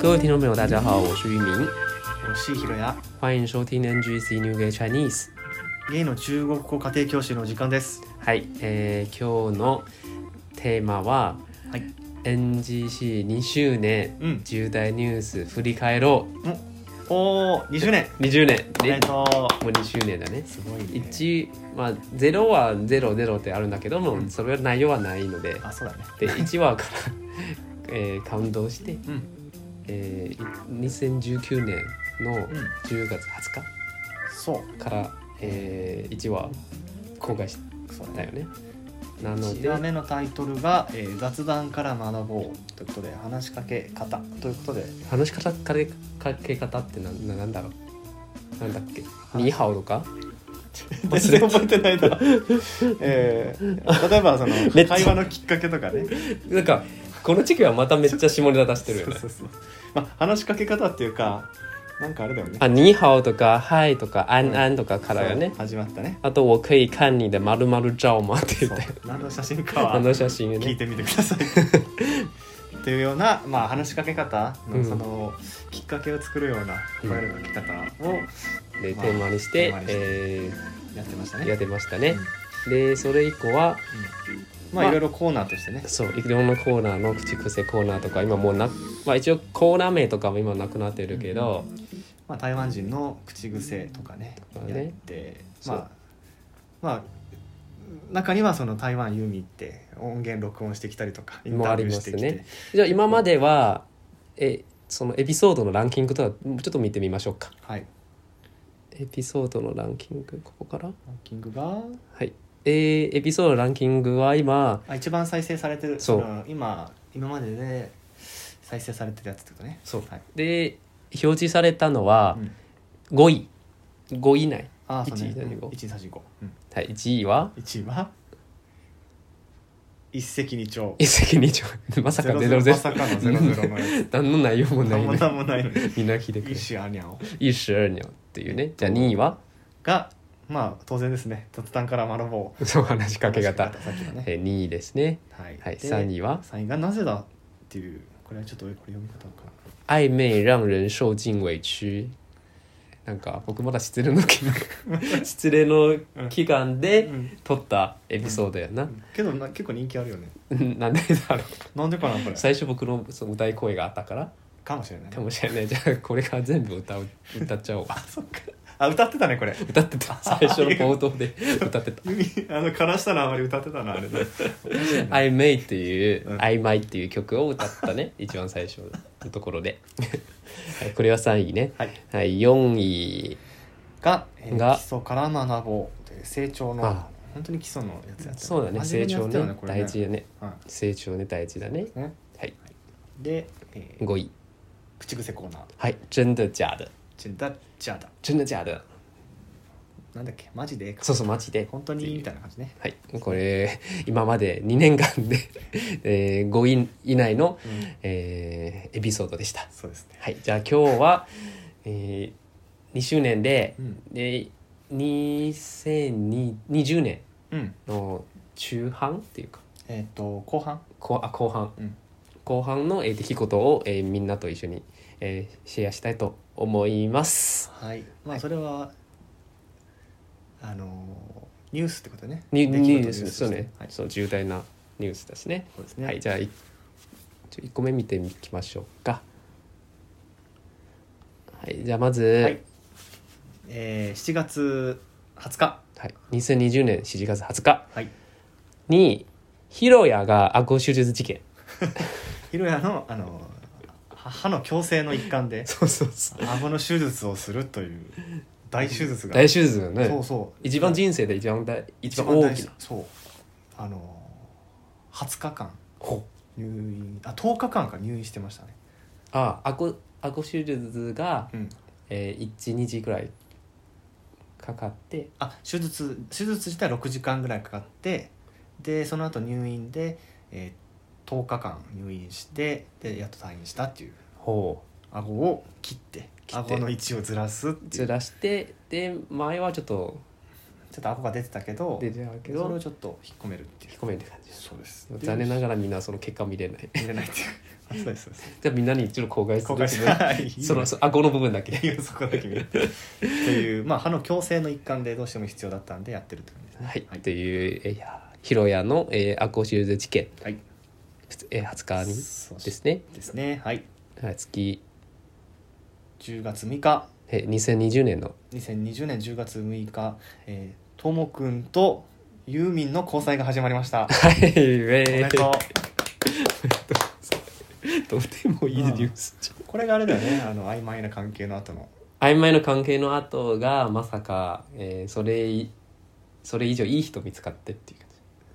各位听众朋友，大家好，我是玉明，我是ひろや欢迎收听 NGC New Gay Chinese。ゲイの中国語家庭教師の時間ですはい、えー今日のテーマは、はい NGC2 周年うん重大ニュース振り返ろおー2周年う20年おめでねともう2周年だねうすごいね1まあ0は00ってあるんだけども、うんそれは内容はないのであそうだねで1話から、 えーカウントして、うんえー2019年のうん10月20そう日から、え1話公開しそうただよねね。なの1話で目のタイトルが、えー雑談から学ぼう」ということで話しかけ方ということで話し方かれかけ方ってなななんだろうなんだっけいニーハオとか 全然覚えてないだえー例えばその めっちゃ会話のきっかけとかねなんかこの時期はまためっちゃ下ネタ出してるよそうねそうそうまあ話しかけ方っていうかなんかあれだよねあニーハオとかハイとかアンアンとかからよねそう始まったねあと我可以看你的まるまる照吗って言ってそう何の写真 かあはの写真よ聞いねてみてください。 っていうような、まあ、話しかけ方の、うんそのきっかけを作るようなうん声のかけ方をでテまあーマにして、テーマにしてえやってましたーね。やってましたねでそれ以降はままああいろいろコーナーとしてね。そういろんなコーナーの口癖コーナーとか今もうな、まあ、一応コーナー名とかも今なくなってるけど、まあ、台湾人の口癖とかねとかねやってそうまあまあ中にはその台湾ユーミーって音源録音してきたりとかインもあタりビューましすてねきて、じゃあ今まではえそのエピソードのランキングとはちょっと見てみましょうかはい、エピソードのランキングここからランキングがはいえーエピソードのランキングは今あ一番再生されてるそうの今今までで再生されてるやつってことね。そうはいで表示されたのはうん5位5位以内ああ、そうね1位何号うん1位、3、5。はい1位は1位は一石二鳥。一石二 鳥まさかゼロゼロ00まさかのゼロゼロの やつ。何の内容もなないんもねなんもないのに。みんな聞いてくれ一種あにゃお一石二鳥っていうねじゃあ2位は が、まあ当然ですね。突端から学ぼう。そう話しかけ方話しかけ方さっきのね。えー2位ですねはいはいで3位は三位がなぜだっていう、これはちょっとこれ読み方かな。 「曖昧让人受尽委屈」なんか僕まだ失 礼の期失礼の期間でうん撮ったエピソードやな、けどな結構人気あるよね。 なんでだろうなんでかなこれ。最初僕のその歌い声があったからかもしれないねか。もしれないじゃあこれから全部歌う歌っちゃおうわあ、歌ってたねこれ。 歌ってた最初の冒頭で歌ってたユミあの、からしたらあまり歌ってたな、あ れね。 「曖昧」っていう「うん曖昧」っていう曲を歌ったね一番最初のところではいこれは3位ねはい。はい4位が,、えーが基礎から学ぼうという成長のあ本当に基礎のやつやってそうだね成長ね大事やだねこれは成長ね大事だねいねはいで、えー5位口癖コーナーはい真的假的チェダッチャダ真的假的なんだっけマジでかそうそうマジで本当にみたいな感じね、はいこれ今まで2年間で、 えー、5位以内の、うんえーエピソードでしたそうですねはいじゃあ今日は、え2周年で,、うんで2020年うんの中半っていうかえっ、と後半後あ後半、うん後半の、えー出来事を、えーみんなと一緒に、えーシェアしたいと思いますはいまはあいそれは、あのーニュースってことねニュ出来事ニュースそうね、はい、そそう重大なニュースですねうですね、はいじゃあいちょ1個目見ていきましょうかはいじゃあまず、はいえー、7月20日はい、2020年7月20日はいにヒロヤが顎手術事件ひろやのあのは歯の矯正の一環でそうそうそう顎の手術をするという大手術が大手術だよねそうそう一番人生で一番大一一番番大大き事なそうあの20日間ほ入院あ10日間か入院してましたねああ顎顎手術が、うんえー、12時ぐらいかかってあ手術手術自体6時間ぐらいかかってでその後入院で、えー10日間入院してでやっと退院したっていうほう顎を切って切って顎の位置をずらすっていずうらしてで前はちょっとちょっと顎が出てたけど出てたけどそれをちょっと引っ込めるっていうごめんって感じですうです残念ならがらみんなその結果見れない 見れないっていう あそうですそうですじゃあみんなに一応公開す公る開しない そのその顎の部分だけいやそこだけ見るというまあ歯の矯正の一環でどうしても必要だったんでやってるって感じですねはい、という、えーいや広屋の、えー、アコーシューズ事件、はいえー、20日にそうですね、ですねはいはい、月、 10月6日えー、2020年の2020年10月6日えーともくんとユーミンの交際が始まりましたはいウおめェでとうー とてもいいニュースじこれがあれだよねあの曖昧な関係の後のゃん曖昧な関係の後がまさか、えー、それいそれ以上いい人見つかってっていう感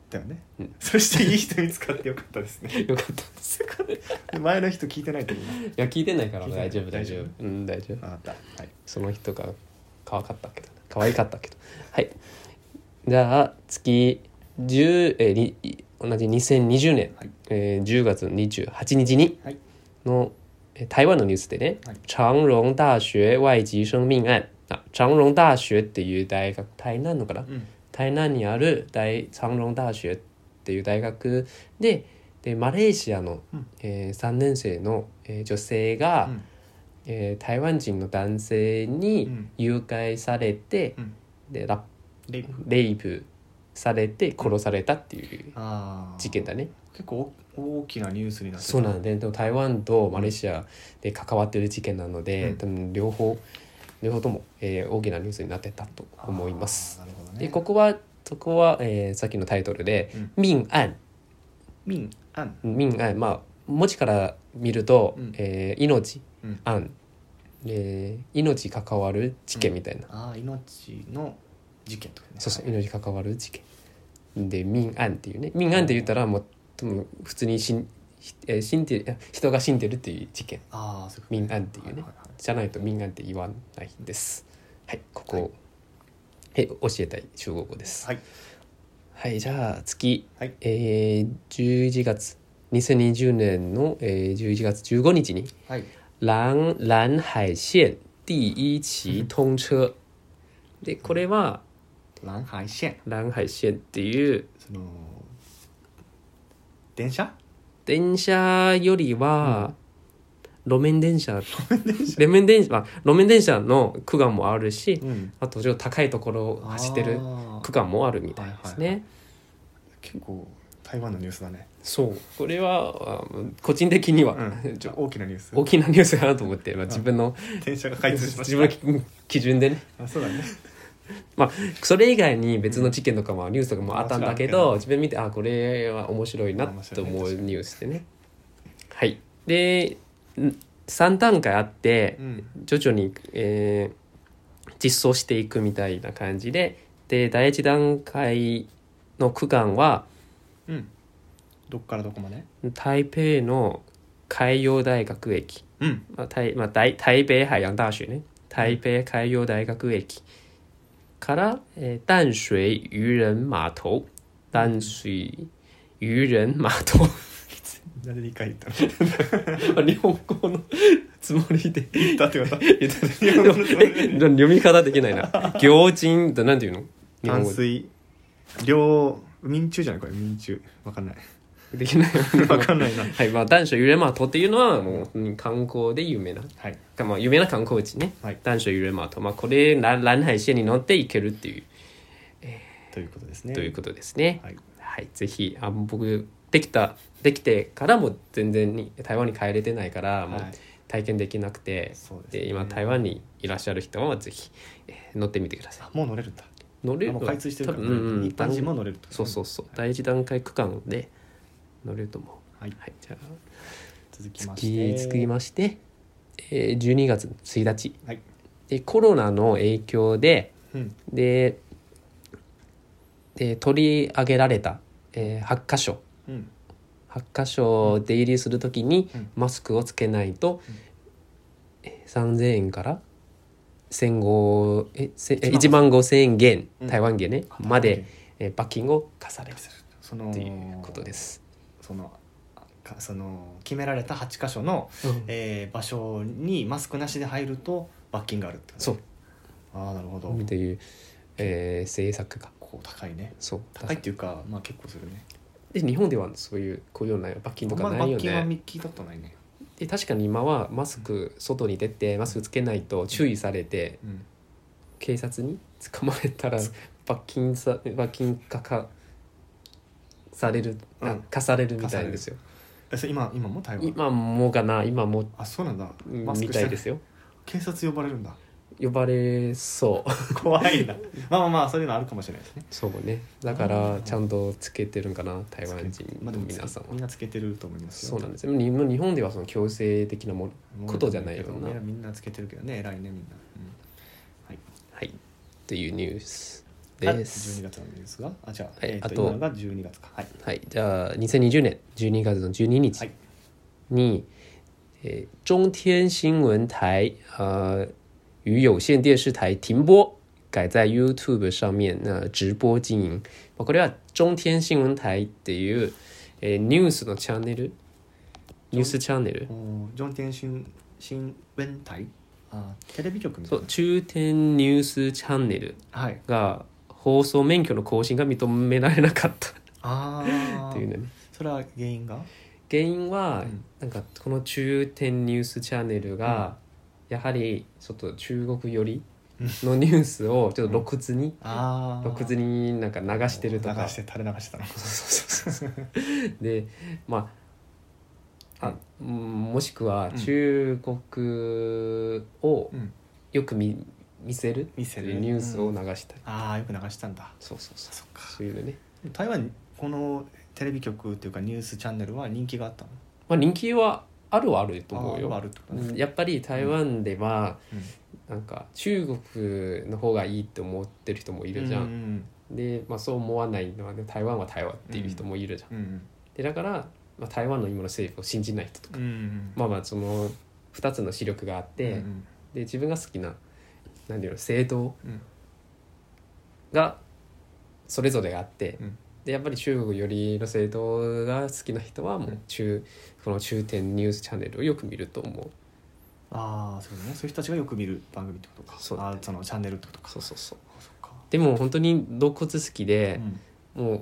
だよね、うんそしていい人見つかってよかったですねじよかったですよ ね前の人聞いてないと思ういや聞いてないから聞いてない大丈夫大丈大丈夫うん大丈夫分かったはいその人が可愛かったけどね可愛かったけどはいじゃあ月10えーに同じ2020年、はいえー10月28日にはいの、えー台湾のニュースでね、はい長荣大学外籍生命案あ長荣大学っていう大学台南のかな、うん台南にある大長荣大学っていう大学ででマレーシアの、うんえ3年生の、えー女性が、うんえー台湾人の男性うにん誘拐されて、うんでラレイプレイプされて殺されたっていうあー事件だね。結構大きなニュースになってたそうなんででも台湾とマレーシアで関わってる事件なので、うん多分両方両方とも、えー大きなニュースになってたと思います。あーなるほどねでここはそこは、えーさっきのタイトルでうん「民案」民安民案まあ文字から見ると、うんえー命うん案、えー命関わる事件みたいな。ああ命の事件とかねそうそう命に関わる事件で民案っていうね民案って言ったらもう多分普通に死んひえー死んでるあ人が死んでるっていう事件ああそういう民案っていうねはいはいはいじゃないと民案って言わないんですはいここ、はいえ教えたい中国語ですはいはい、じゃあ次、はいえー、11月2020年の、えー、11月15日にはい蘭蘭海線第一期通車でこれは南海線蘭海線っていうその電車電車よりは、路面電車路面電車、まあ、路面電車の区間もあるし、うんあとちょっと高いところを走ってるあー区間もあるみたいですね、はいは結構台湾のニュースだねそうこれはあ個人的には、 うんちょ大きなニュース大きなニュースかなと思って、まあ、自分の電車が開通しま自した分の基準でねあそうだねまあそれ以外に別の事件とかもニュースとかもあったんだけど、うん自分見てあこれは面白いなと思面う白いニュースでねはいで3段階あって、うん徐々に、えー実装していくみたいな感じでで第一段階の区間はうんどっからどこまで台北の海洋大学駅、うんまあ台まあ、台台北海洋大学ね台北海洋大学駅から、えー淡水渔人码頭淡水渔人码 頭なんで2回言ったのまあ日本語のつもりで 言ったってこと言ったでもえ読み方できないな行人ってなんていうの日本淡語で水両民中じゃないこれ民中 わかんないできない。わかんないなはい、まあ、男子ゆれまとっていうのは、もう、本当に観光で有名な。はいまあ、有名な観光地ね。はい男子ゆれまと、まあ、これ、南南海線に乗って行けるっていう、ということですねということですね。はいはい、ぜひ、あ、僕、できた、できてからも、全然に、台湾に帰れてないから、もうはい。体験できなくて。そうですねで、今、台湾にいらっしゃる人は、ぜひ、えー乗ってみてください。もう乗れるんだ乗れるあもう開通してるから多ね、分うんうん一般人も乗れるってことそうそうそう、第一段階区間で、乗れると思う。はいはい、じゃあ。続きまして月作りまして、えー12月1日はいでコロナの影響でうんでで取り上げられた、え8箇所うん8箇所出入りするときにうんマスクをつけないと、えー3000円から1500えせえ1万5000円元、うん台湾元ねあま台湾で元、えー罰金を課されるそのということです。そのかその決められた8箇所の、えー場所にマスクなしで入ると罰金があるってことそうああなるほどっていうえー制作がこう高いねそう高いっていうかまあ結構するねで日本ではそういうこういうような罰金とかあんなまいりよ罰金はね見聞いたことないねで確かに今はマスク外に出てマスクつけないと注意されてうん警察に捕まれたら罰金さ罰金かかされる、あうん課されるみたいですよえそれ今今も台湾今もかな今もあそうなんだうんマスみクしたいてなでいすよ警察呼ばれ るんだ呼ばれそう怖いなまあまあまあそういうのあるかもしれないですねそうねだかうらんちゃんとつけてるんかな台湾人まあ、でのも皆さんみはんなつけてると思いますよそうなんですよ日本日本ではその強制的なものことじゃないよなもうみんなつけてるけどね偉いねみんな、うんはいはいっていうニュースあです12月なんですがあじゃはあ,、いえーあとと今のが12月かはい、はいじゃあ2020年12月の12日はいに、えー中天新闻台呃与有线电视台停播，改在 YouTube 上面那、直播经营。まあこれは中天新聞台っていう、えーニュースのチャンネル、ニュースチャンネル。おージョン・テン新新聞台あーテレビ局みたそいうな中天ニュースチャンネル はいが放送免許の更新が認められなかったああっていうのね。それは原因が原因は、うんなんかこの中天ニュースチャンネルが、やはりちょっと中国寄りのニュースをちょっと露骨に、ああ露骨になんか流してるとか流して垂れ流してたのそうそうそうそうでまああ、うんもしくはうん中国をうんよく見見せる見せるっていうニュースを流したり、ああよく流したんだそうそうそうそっかそういうのね、台湾このテレビ局っていうかニュースチャンネルは人気があったのまあ、人気はあるはあると思うあーよあるってことねうんやっぱり台湾では、うんなんか中国の方がいいって思ってる人もいるじゃうんん、で、まあ、そう思わないのは、ね、台湾は台湾っていう人もいるじゃん、うんうんでだから、まあ、台湾の今の政府を信じない人とか、うんうんまあまあその2つの視力があって、うんで自分が好きな何ていうの政党うんがそれぞれがあって、うんでやっぱり中国よりの政党が好きな人はもううん中、この中天ニュースチャンネルをよく見ると思うああそうだねそういう人たちがよく見る番組ってことかそうだあねーそのチャンネルってことかそうそうそうあそっかでも本当に露骨好きでう、んもう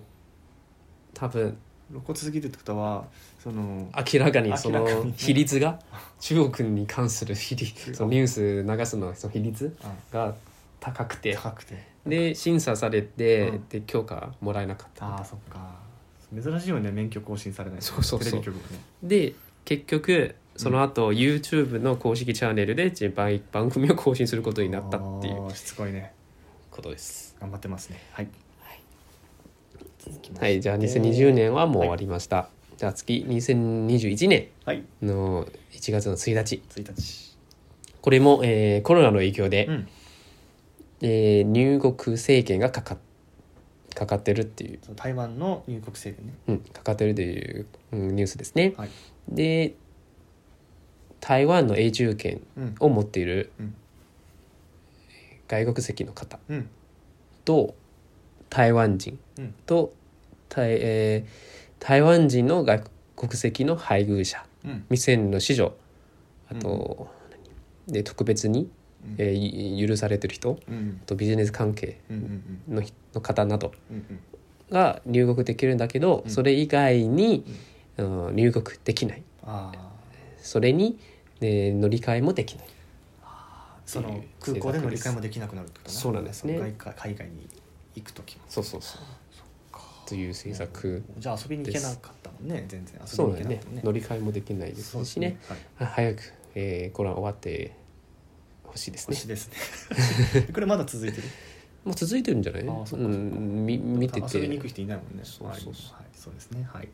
多分露骨すぎるってことはその明らかにその明らかに比率が中国に関する比率そのニュース流すのその比率あが高くて高くてで審査されて、うんで許可もらえなかったああそっか珍しいよね免許更新されないそうそうそうテレビ局がねで結局その後、YouTube の公式チャンネルで自番番組を更新することになったっていうあーしつこいねことです頑張ってますねはい続きましてはいじゃあ2020年はもう終わりました、じゃあ次2021年はいの1月の1日1日これも、えーコロナの影響で、うんえー入国制限がかかかかってるっていう、そう台湾の入国制限ねうん、かかってるという、うんニュースですね。はいで台湾の永住権うんを持っているうん外国籍の方うんと台湾人うんと台,、えー台湾人の外国籍の配偶者うん未成年の子女あと、何で特別に、うんえーゆ許されてる人うんあとビジネス関係うんうんの人の方などうんうんが入国できるんだけど、うんそれ以外に、うん入国できないあそれに、えー乗り換えもできないあその空港で乗り換えもできなくなるってことそうなんですねその外貨海外に行く時もそうそうそうという政策じゃあ遊びに行けなかったもんね全然遊そびうにだ行けよなねかったもんね乗り換えもできないでそすうでしすねねはいあ早く、えー、コロナ終わってほしいですね星ですねこれまだ続いてるもう続いてるんじゃないあーそっかそっかん、み見てて遊びに1行く人いないもんねそうそうそうはい、そうですねはい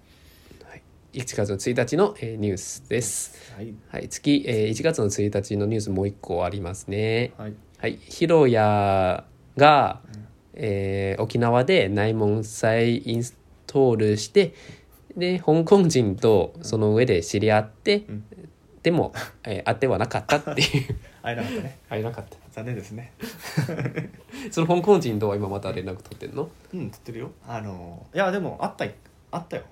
月の1日の、えーニュースですはいはい次、えー、1月の1日のニュースもう1個ありますねはいはいヒロヤが、うんえー沖縄で内門再インストールしてで香港人とその上で知り合って、んでも、えー会ってはなかったっていう 会えなかったね会えなかった残念ですねその香港人とは今また連絡取ってんのうん撮ってるよあのいやでもあったいあったよ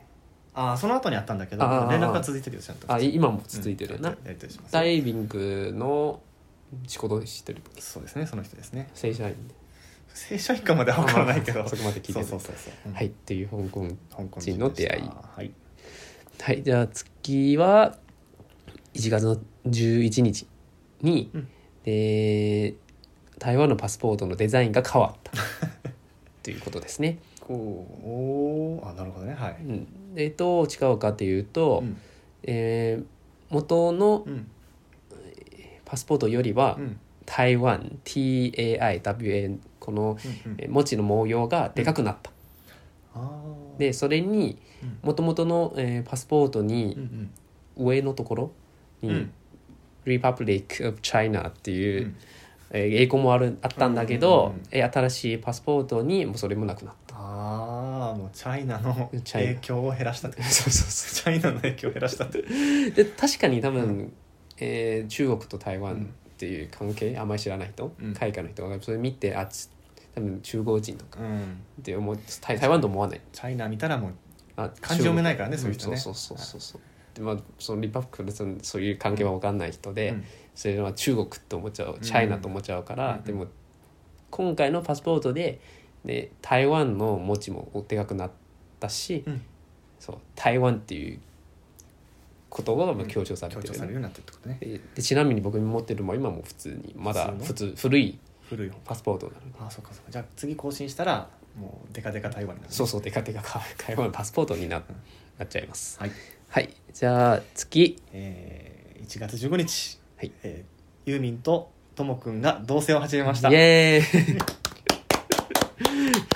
ああその後にあったんだけどあー連絡が続いてるよちゃんとあい今も続いてるよな、うんやり取りしますダイビングの仕事してるそうですねその人ですね正社員で正社員かまでは分からないけどあそこまで聞いてそなういそうそうそう、うんはいっていう香港香港人の出会いでしたはいはいじゃあ次は1月の11日に、うんで台湾のパスポートのデザインが変わった ということですね。こうおーあなるほどねはい、うんでどう違うかというと、うんえー元のうんパスポートよりは、うん台湾 TAIWN このうんえー文字の模様がでかくなった。あーでそれにうんもともとの、えーパスポートにうん上のところうんに「Republic of China」っていう、うんえー英語もあるあったんだけど、うんうんうんえー新しいパスポートにもうそれもなくなっ ああもうチャイナのチャイナ影響を減らしたってた そうそうそチャイナの影響を減らしたってうで確かに多分、うえー中国と台う湾んっていう関係あんまり知らない人、うん海外の人がそれ見てあち多分中国人とかうんって思う台台湾と思わないチャイナ見たらもうあ感じ読めないからね中そう国いう人ねそうそうそうそうそうでまあそのリパブリックのそのそういう関係は分かんない人で、うんそれは中国と思っちゃうチャイナと思っちゃうから、うんでも今回のパスポートでで台湾の文字もおでかくなったし、うんそう台湾っていう言葉がまあ強調され強て調る,、されるようになってるってことねででちなみに僕持ってるのも今も普通にまだ普普通古い古い方パスポートなのああそっかそっかじゃあ次更新したらもうデカデカ台湾になるそうそうでかでかか 台湾のパスポートにななっちゃいますはいはいじゃあ次えー、1月15日、はいえーユーミンとともくんが同棲を始めましたイエーイ こ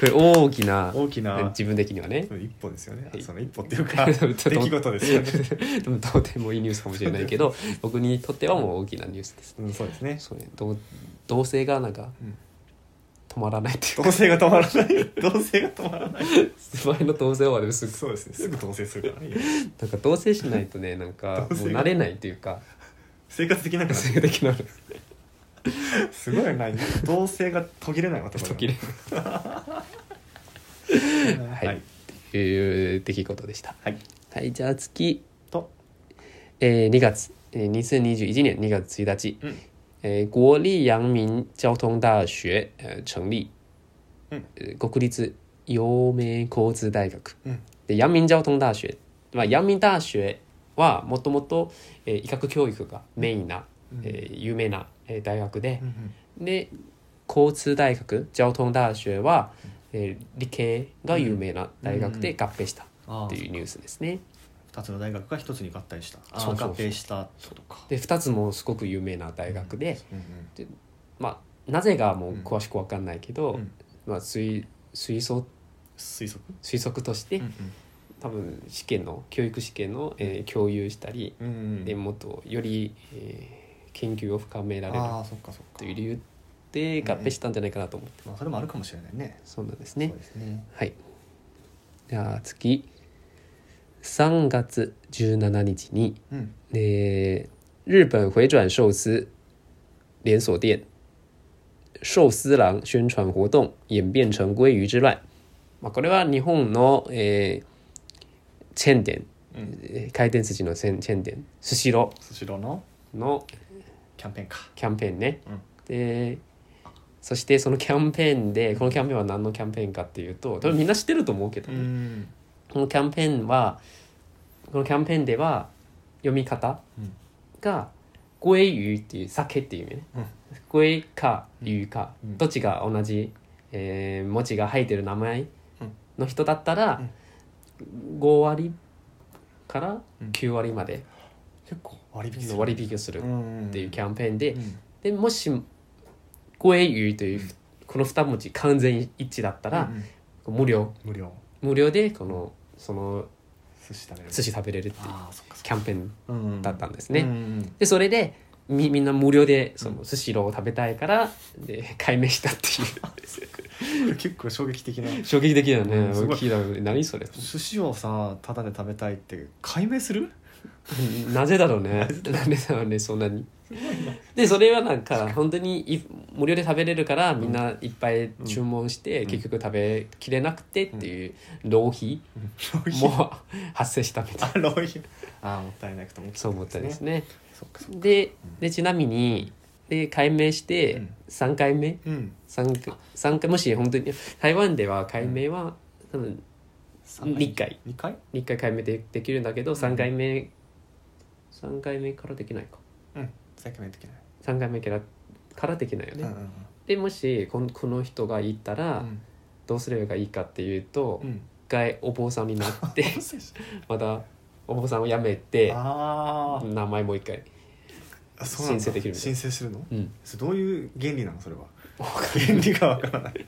れ大きな大きな自分的にはね一歩ですよね、はいその一歩っていうか ちょっと出来事です よね、でもどうでもいいニュースかもしれないけど僕にとってはもう大きなニュースですうん、そうですねそうねどう同性がなんかうん止まらないっていう同か 棲が止まらない 同棲が止まらない前の同性はでもすぐそうですねすぐ同棲するからねなんか同棲しないとねなんかも同う棲が慣れないっていうか生活できなくな同性るできなるすごいな同棲が途切れない男だな途切れるははいい、っていう出来事でしたはいはいじゃあ次、と、えー、2月、えー、2021年2月1日うん、えー国立阳明交通大学、えー成立、うんえー国立陽明交通大学、うんで陽明交通大学、まあ、陽明大学はもともとえー医学教育がメインな、えー有名な、えー大学でう、んで交通大学交通大学は、えー理系が有名な大学でう合併したああっていうニュースですね。 2つの大学が1つに合体したあそうーそうそう合併したってことかで2つもすごく有名な大学で、うんまあ、なぜがもう詳しく分かんないけど、うんうんまあ、水水槽推測推測として、多分試験の教育試験の、えー共有したり、うんうんでもっとより、えー研究を深められるああそっかそっかという理由で合併したんじゃないかなと思って、まあ、それもあるかもしれないねそうなんですねそう。ですねはいじゃあ次3月17日に、うんえー日本回转寿司连锁店寿司郎宣传活动演变成鲑鱼之乱。まあ、これは日本の、えーチェーン店、うんえー回転寿司のチェーンチェーン店スシロスシローのーのキャンペーンかキャンペーンね。うんでそしてそのキャンペーンでこのキャンペーンは何のキャンペーンかっていうと多分みんな知ってると思うけど、んこのキャンペーンはこのキャンペーンでは読み方うんが「ゴエユっていう酒っていう意味ねうん「ゴエか「ユか、うんどっちが同じ、えー文字が入ってる名前の人だったら、5割からうん9割まで結構割引すのる割引をするっっていうキャャンンペーンで、ペーンでもし「ゴエユというこの2文字完全一致だったら、無料無料無料でこのその寿司食べれる寿司食べれるっていうああそっかそっキャンペーンかうんだったんですねね。でそれでみみんな無料でそのスシローを食べたいからで解明したって いう結構衝撃的な衝撃的だよね、うんすごい聞いたの何それ寿司をさタダで食べたいって解明するなぜだろう ねなんでだろうねそんなにでそれはなんか本当にい無料で食べれるからみんないっぱい注文して、ん結局食べきれなくてっていう浪費浪費も 発生したみたいあ浪費ああもったいなくと思そう思ったんですねねそっかそっかででちなみに、で解明してうん3回目うん三回三回もし本当に台湾では解明は多分二回2回1回解明でできるんだけど3回目3回目からできないかうん3回目の時ない3回目からからできないよね、うんうんでもしこのこの人がいたらうんどうすればいいかっていうとうん一回お坊さんになって またお坊さんを辞めうんてあー名前もう一回あそうなんだ申請できるみたい申請するのうんそれどういう原理なの それは原理がわからない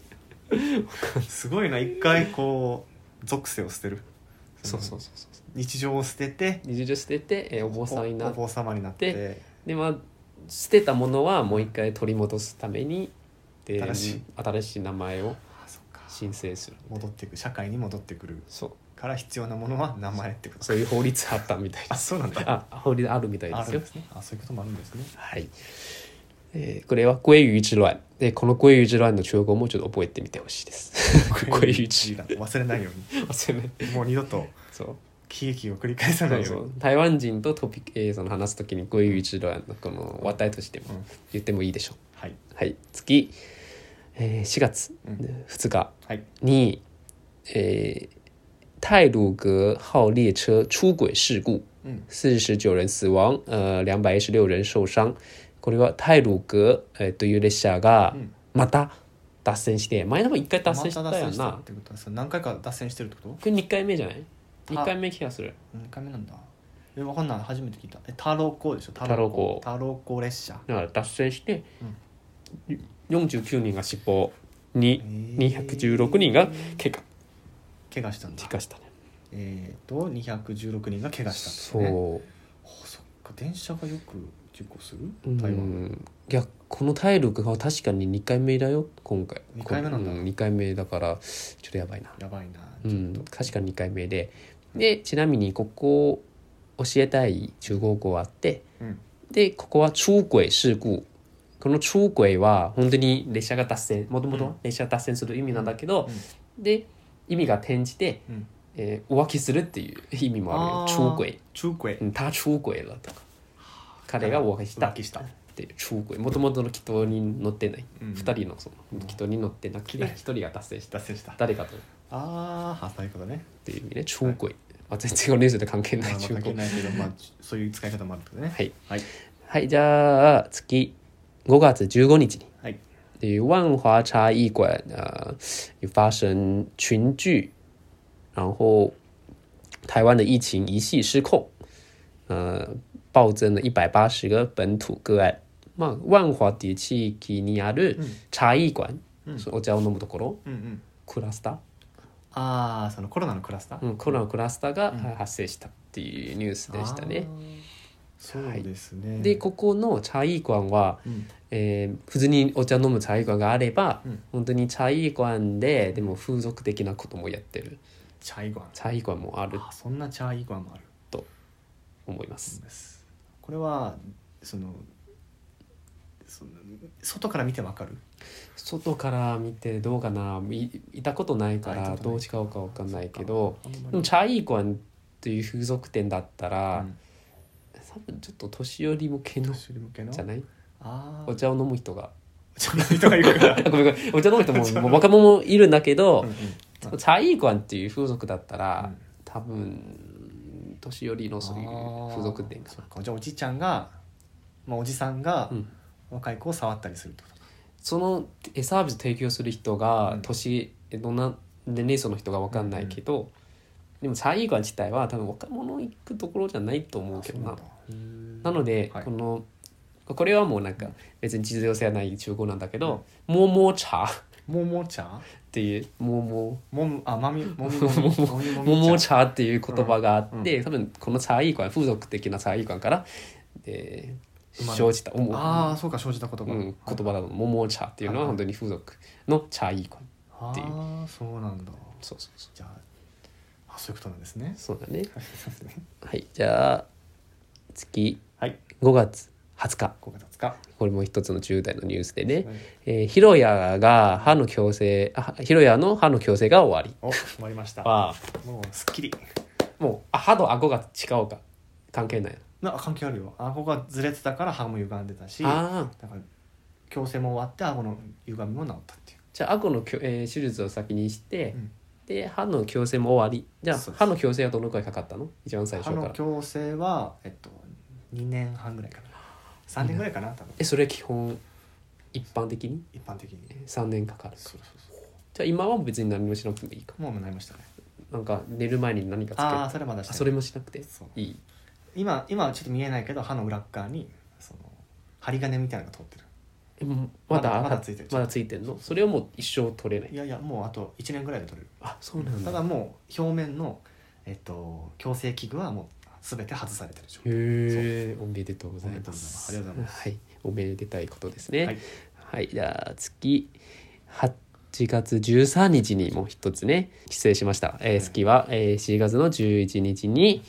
すごいな一回こう属性を捨てるそうそうのそうそう日常を捨てて二重捨てて、えーお坊さんになおっお坊様になってでまあ捨てたものはもう一回取り戻すためにで新しい新しい名前をあそっか申請する戻ってく社会に戻ってくるそうから必要なものは名前ってことそういう法律あったみたいであ すそうなんだあ法律あるみたいであするんよですねあそういうこともあるんですねはい、えーこれは「鲑魚之乱」でこの「鲑魚之乱」の中国語もちょっと覚えてみてほしいですこう鲑い魚う之だ忘れないよ う乱忘れないにもう二度とそう喜劇を繰り返さそないうようそにう台湾人とトピ、えーその話す時に「鲑魚之乱」のこの話題としてもうん言ってもいいでしょうはいはい、次、えー4月うん2日はいに、えー泰鲁格号列车出轨事故，うん四十九人死亡，呃，两百一十六人受傷。これは泰魯格、えーという列車がうんまた脱線して、前のも一回脱線したまたよ脱線なっ。てことはそれ何回か脱線してるってことこれ二回目じゃない？た二回目気がする。何回目なんだえわかんない初めて聞いたえ太郎光でしょ太郎光太郎光列車だから脱線して、四十九人が死亡、えにー二百十六人が怪我怪我したんだ怪我したね。えっと216人が怪我したそんだよねう。あそっか電車がよく事故するうん台湾いやこの体力が確かに2回目だよ今回二回目なんだう2回目だからちょっとやばいなやばいなうちょっんと確かに2回目ででちなみにここを教えたい中国語があってうんでここは中轨事故この中轨は本当に列車が脱線もともうんと列車脱線する意味なんだけどうん、で意味が転じて、うんえー浮気するっていう意味もあるよあー中轨中国うん他出轨了とか彼が浮気した浮気したっていう出轨もともとの祈祷に乗ってない、うん二人のそのうん祈祷に乗ってなくて一人が達成 した脱線したあ誰かとっあーあそういうことねていう意味で出轨、まあ、全然このニュースで関係まなあいま あ中関係古ないけどまあ そういう使い方もあるけどねはいはいはいじゃあ次5月15日にはい与万华茶艺馆呃有发生群聚，然后台湾的疫情一系失控，呃，暴增了一百八十个本土个案。まあ、万華地域にある嗯茶艺館、そうお茶を飲むところ、うんうんクラスタああそのコロナのクラスターー、うん、コロナのクラスターが発生したっていうニュースでしたね。あーそうですね、で、ここの茶艺館は、うんえー普通にお茶飲む茶ャイ館があれば、うん本当に茶ャイ館ででも風俗的なこともやってるチャイグアン茶ャイ館もあるあそんなチャイグアンもある思いまんすですこれはそのその外から見てわかる外から見てどうかないいたことないかあいたらことどうない違うかわかんないけどあんまでりも茶ャイ館という風俗店だったら、うん多分ちょっと年寄り向けの年寄り向けのじゃないああお茶を飲む人が お茶の人がいるからごめんごめんお茶飲む人 ももう若者もいるんだけどうんうん茶ャイ館っていう風俗だったら、うん多分年寄りのそういう風俗店かそっかじゃあおじいちゃんが、まあ、おじさんがうん若い子を触ったりするってことかそのえサービス提供する人がうん年、えどんな年齢層の人が分かんないけど、でもサイーガン自体は多分若者行くところじゃないと思うけどななそうなんだので、はいこのこれはもうなんか別に実用性はない中古なんだけど「もも茶」っもも茶ていう「もももむあまみもみも みもみ」 「もももみ茶茶」っていう言葉があって、う多分このサイーガン風俗的なサイーガンから、えー生まれ生じた思うああそうか生じた言葉、うん、言葉だと「もも茶」っていうのは本当に風俗の茶いい館あっていうあそうなんだそうそうそうじゃああそういうことなんですねそうだ ねはい、じゃあ次はい5月20日5月20日これも一つの10代のニュースでね、はいえー、ヒロヤが歯の矯正あヒロヤの歯の矯正が終わお終わりましたりはもうすっきりもうあ歯と顎が違うか関係ないな関係あるよ顎がずれてたから歯も歪んでたしだかああら矯正も終わって顎の歪みも治ったっていうじゃあ顎のきょ、えー手術を先にして、うんで歯の矯正も終わりじゃあそうです歯の矯正はどのくらいかかったの一番最初歯かのら矯正は、えっと、2年半ぐらいかな3年ぐらいかな多分えそれ基本一般的に一般的に3年かかるそうそうそじゃあ今は別に何もしなくてもいいかうもうなりましたねなんか寝る前に何かつけるあああそれまだしてないそれもしなくてそういい今今はちょっと見えないけど歯の裏っ側にその針金みたいなのが通ってるえもうまだまだまだついてるまだついてんのそれをもう一生取れないいやいやもうあと1年ぐらいで取れるあそうなんだただもう表面の、えっと、矯正器具はもう全て外されてる状態へえおめでとうございますおめでとうございますはいおめでたいことですねははいい、じゃあ次8月13日にもう一つね失礼しました、えー、月は、えー、4月の11日に、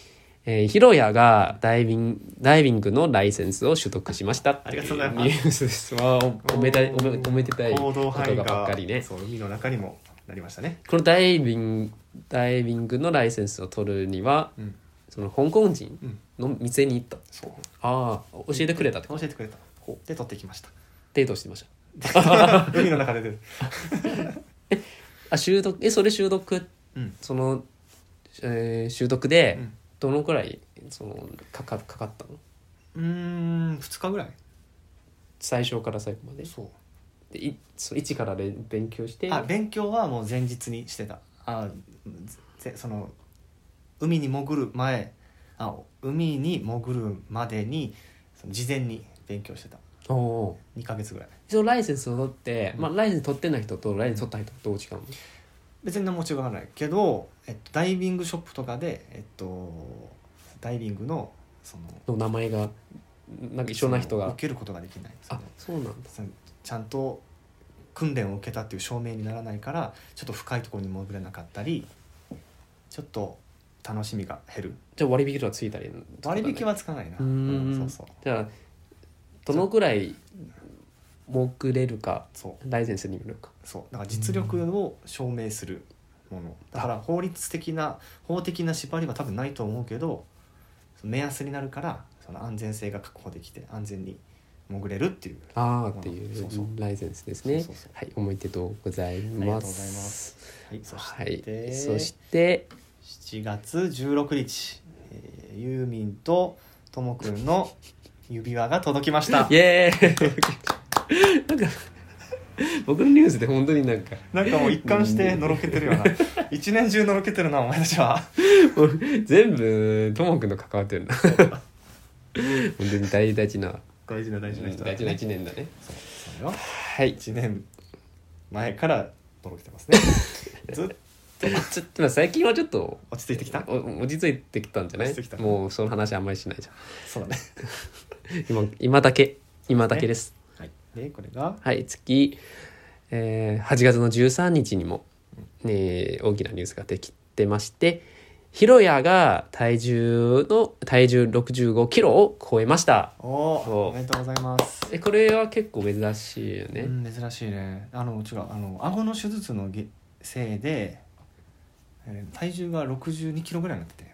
えー、ヒロヤがダイビングダイビングのライセンスを取得しましたってありがとうございますニュースですわあおおめでたいおめおめでたい行こ動と範囲ががばっかりねそう海の中にもなりましたねこのダイビングダイビングのライセンスを取るにはうんその香港人うんの店に行った、そうああ教えてくれたってこ教とえてくれたほで取ってきました デートしてました海の中で出るあ習得えそれ習得うんその、えー、習得でうんどのくらいそのかかかかったのうーん2日ぐらい最初から最後までそうでいそう一かられ勉強してあ勉強はもう前日にしてたあぜその海に潜る前あ海に潜るまでにその事前に勉強してたおお2ヶ月ぐらいそのライセンスを取って、うんまあ、ライセンス取ってない人とライセンス取った人とどう違うの別に何も違わないけど、えっと、ダイビングショップとかで、えっと、ダイビングのそのの名前がなんか一緒な人そのが受けることができないんですよあねそうなんだそのちゃんと訓練を受けたっていう証明にならないからちょっと深いところに潜れなかったりちょっと楽しみが減るじゃあ割引とかついたりとかね割引はつかないな、うーんそうそうじゃあどのくらい潜れるかそうライセンスによるかそうだから実力を証明するものだから法律的な法的な縛りは多分ないと思うけどその目安になるからその安全性が確保できて安全に潜れるっていうああっていそううそうライセンスですねそうそうそうはいおめでとうございありがまとうございますはいそしはいて、そして7月16日、えーユーミンとともくんの指輪が届きましたイエーイ なんか僕のニュースで本当になんかなんかもう一貫してのろけてるよな一年中のろけてるなお前たちは もう全部ともくんの関わってる な本当に大事な大事な大大事な人だ、大事な一年だねそうそうよはい1年前からとろけてますね ずっとちょっとまあ最近はちょっと落ち着いてきたお落ち着いてきたんじゃない落ち着いてきたもうその話あんまりしないじゃんそうだね今今だけ今だけですはいでこれがはい次、えー8月の13日にも、ね、大きなニュースができてましてヒロヤが体重の体重65キロを超えましたおおそうおめでとうございます、えこれは結構珍しいよね、うん、珍しいねあの違うあの顎の手術のげせいで、えー体重が6 2キロぐらいになってて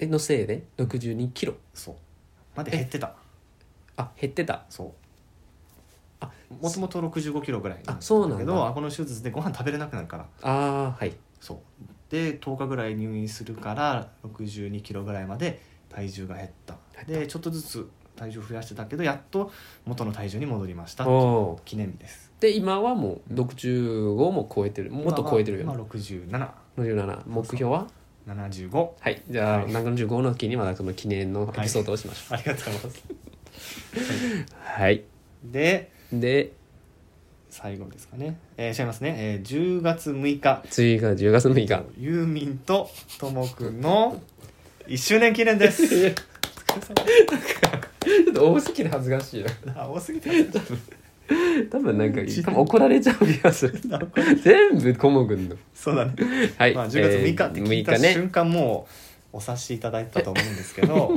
えのせいで62キロそうまで減ってたあ減ってたそうあもともと6 5キロぐらいあそうなんだけど顎の手術でご飯食べれなくなるからあーはいそうで10日ぐらい入院するから6 2キロぐらいまで体重が減った減ったでちょっとずつ体重増やしてたけどやっと元の体重に戻りましたおー記念日ですで今はもう65も超えてるもっと超えてるよ、今ねは今67目標は6775はいじゃあ、はい75の時にまだその記念のエピソードをしましょありがとうございますうはい、でで最後ですかねえー、違いますね、えー、10月6日次が10月6日ユーミンとともくんの1周年記念ですお疲れちょっと多すぎる恥ずかしいな様あ多すぎたな多分なんか多分怒られちゃう気がす る全部コモ君のそうだねはい、まあ、10月6日って聞いたえー6日ね瞬間もうお察しいただいたと思うんです けども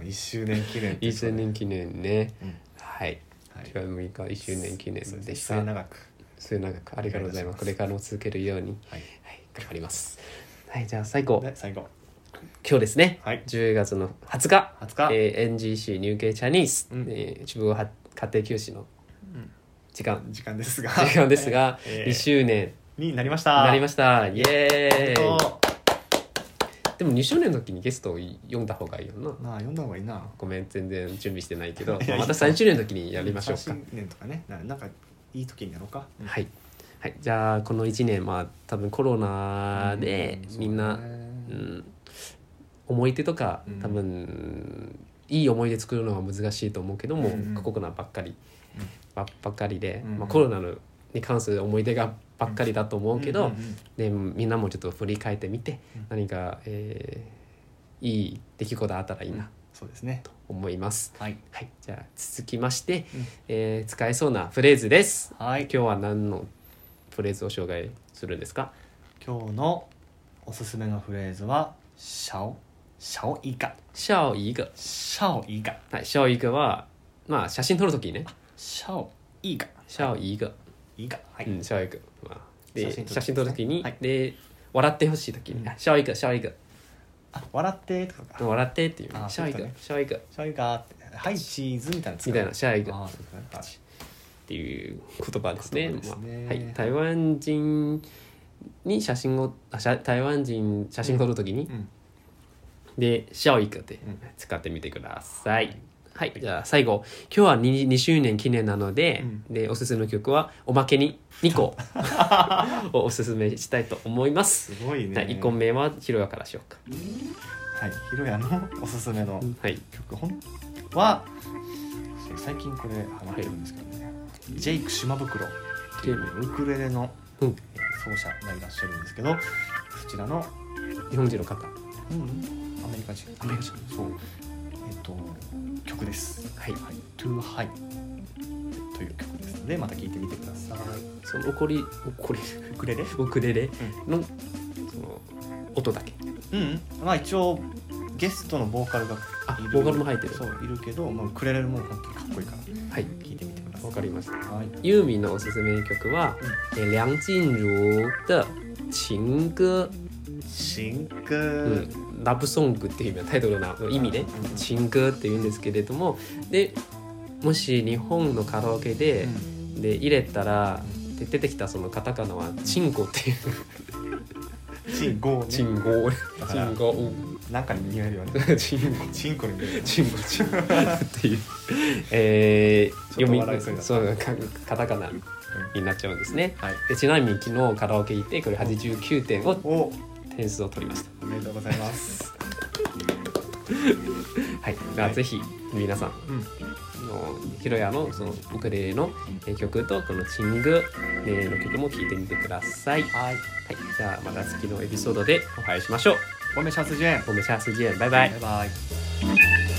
う1周年記念とい1うことで周年記念ね、うんはいはい10月6日1周年記念そうででしすたね末永く末永くありがとうございますこれからも続けるように、はいはい、頑張りますはいじゃあ最後で最後今日ですね、はい10月の20日、 20日、えー NGC 入慶チャイニーズ、うんえー自分は家庭教師の時 間、時間ですが時間ですが、えー2周年になりましにたなりましたイえエーっイとでも2周年の時にゲストを読んだ方がいいよなまあ読んだ方がいいなごめん全然準備してないけどいやいいまた3周年の時にやりましょうか新年とかねななんかいい時にやろうか、うんはい、はい、じゃあこの1年まあ多分コロナでうみんな、そうだうねん、思い出とかうん多分、いい思い出作るのは難しいと思うけども、うんうん過酷なばっかり、うんばばっかりで、うんうんまあ、コロナのに関する思い出がばっかりだと思うけど、んんんでみんなもちょっと振り返ってみて、うん何か、えーいい出来事あったらいいなそうですねと思います。はいはい、じゃあ続きまして、うんえー使えそうなフレーズです。はい今日は何のフレーズを紹介するんですか今日のおすすめのフレーズはシャオシャオイカシャオイーガ。シャオイカはい、シャオイーガは、まあ、写真撮るときね。シャオイカシャオイーガ。イカはういん、シャオイーガ。まあ、で写真写撮真撮るるときときに、ねはいで、笑ってほしいときに、あシャオイーガ、シャオイーあ笑ってとかガ。か笑ってっていうあ。シャオイーそうガだね、シャオイーガ。っシャオイカってはいチーズみたいなみたいなシャオイカあーそうですねはいていう言葉ですね。言葉ですねまあはい、台湾人に写真を、あしゃ台湾人写真撮るときに、うんで、シャオイカでうん使ってみてください。はい、じゃあ最後、今日は 2, 2周年記念なので、うんで、おすすめの曲は、おまけに2個 をおすすめしたいと思います。すごいねはい、1個目は、ひろやからしようか。はいひろやのおすすめのはい、曲本は最近これハマってるんですけどね、ジェイク島袋っていうウクレレのうんえー奏者がいらっしゃるんですけどそちらの、日本人の方。はうんアメリカ人アメリカ人そうえっ、と曲ですい、 「はい、To High」という曲ですのでまた聴いてみてくださいその、怒り、怒り、ウクレレウクレレの、その、音だけ。うんまあ一応ゲストのボーカルがあいるボーカルも入ってるそういるけど、まあ、ウクレレも本当にかっこいいからはい、聴いてみてくださわいかりました。はいユーミンのおすすめ曲は、え梁静茹的情歌。新曲、うん、ラブソングっていう意味のタイトルの意味で「新歌」っていうんですけれどもでもし日本のカラオケで,、で入れたらで出てきたそのカタカナは「チンコ」っていうチンゴ「チチンンゴ」「だかチらンゴ」うんなんかに似合えるよね。 「チンゴ」チンコに似える。チンコチンコっていう、えー、ち読ょっとみ笑いそうになったそうかカタカナになっちゃうんですねはい。でちなみに昨日カラオケ行ってこれ89点をお、点数を取りましたおめでとうございます。はい、だからぜひ皆さんうん。のヒロヤのそのウクレレのえー曲とこのチングえーの曲も聴いてみてください。はい、はい。じゃあまた次のエピソードでお会いしましょう。おめしゃすじん。おめしゃすじえん、バイバイバイ。バイ。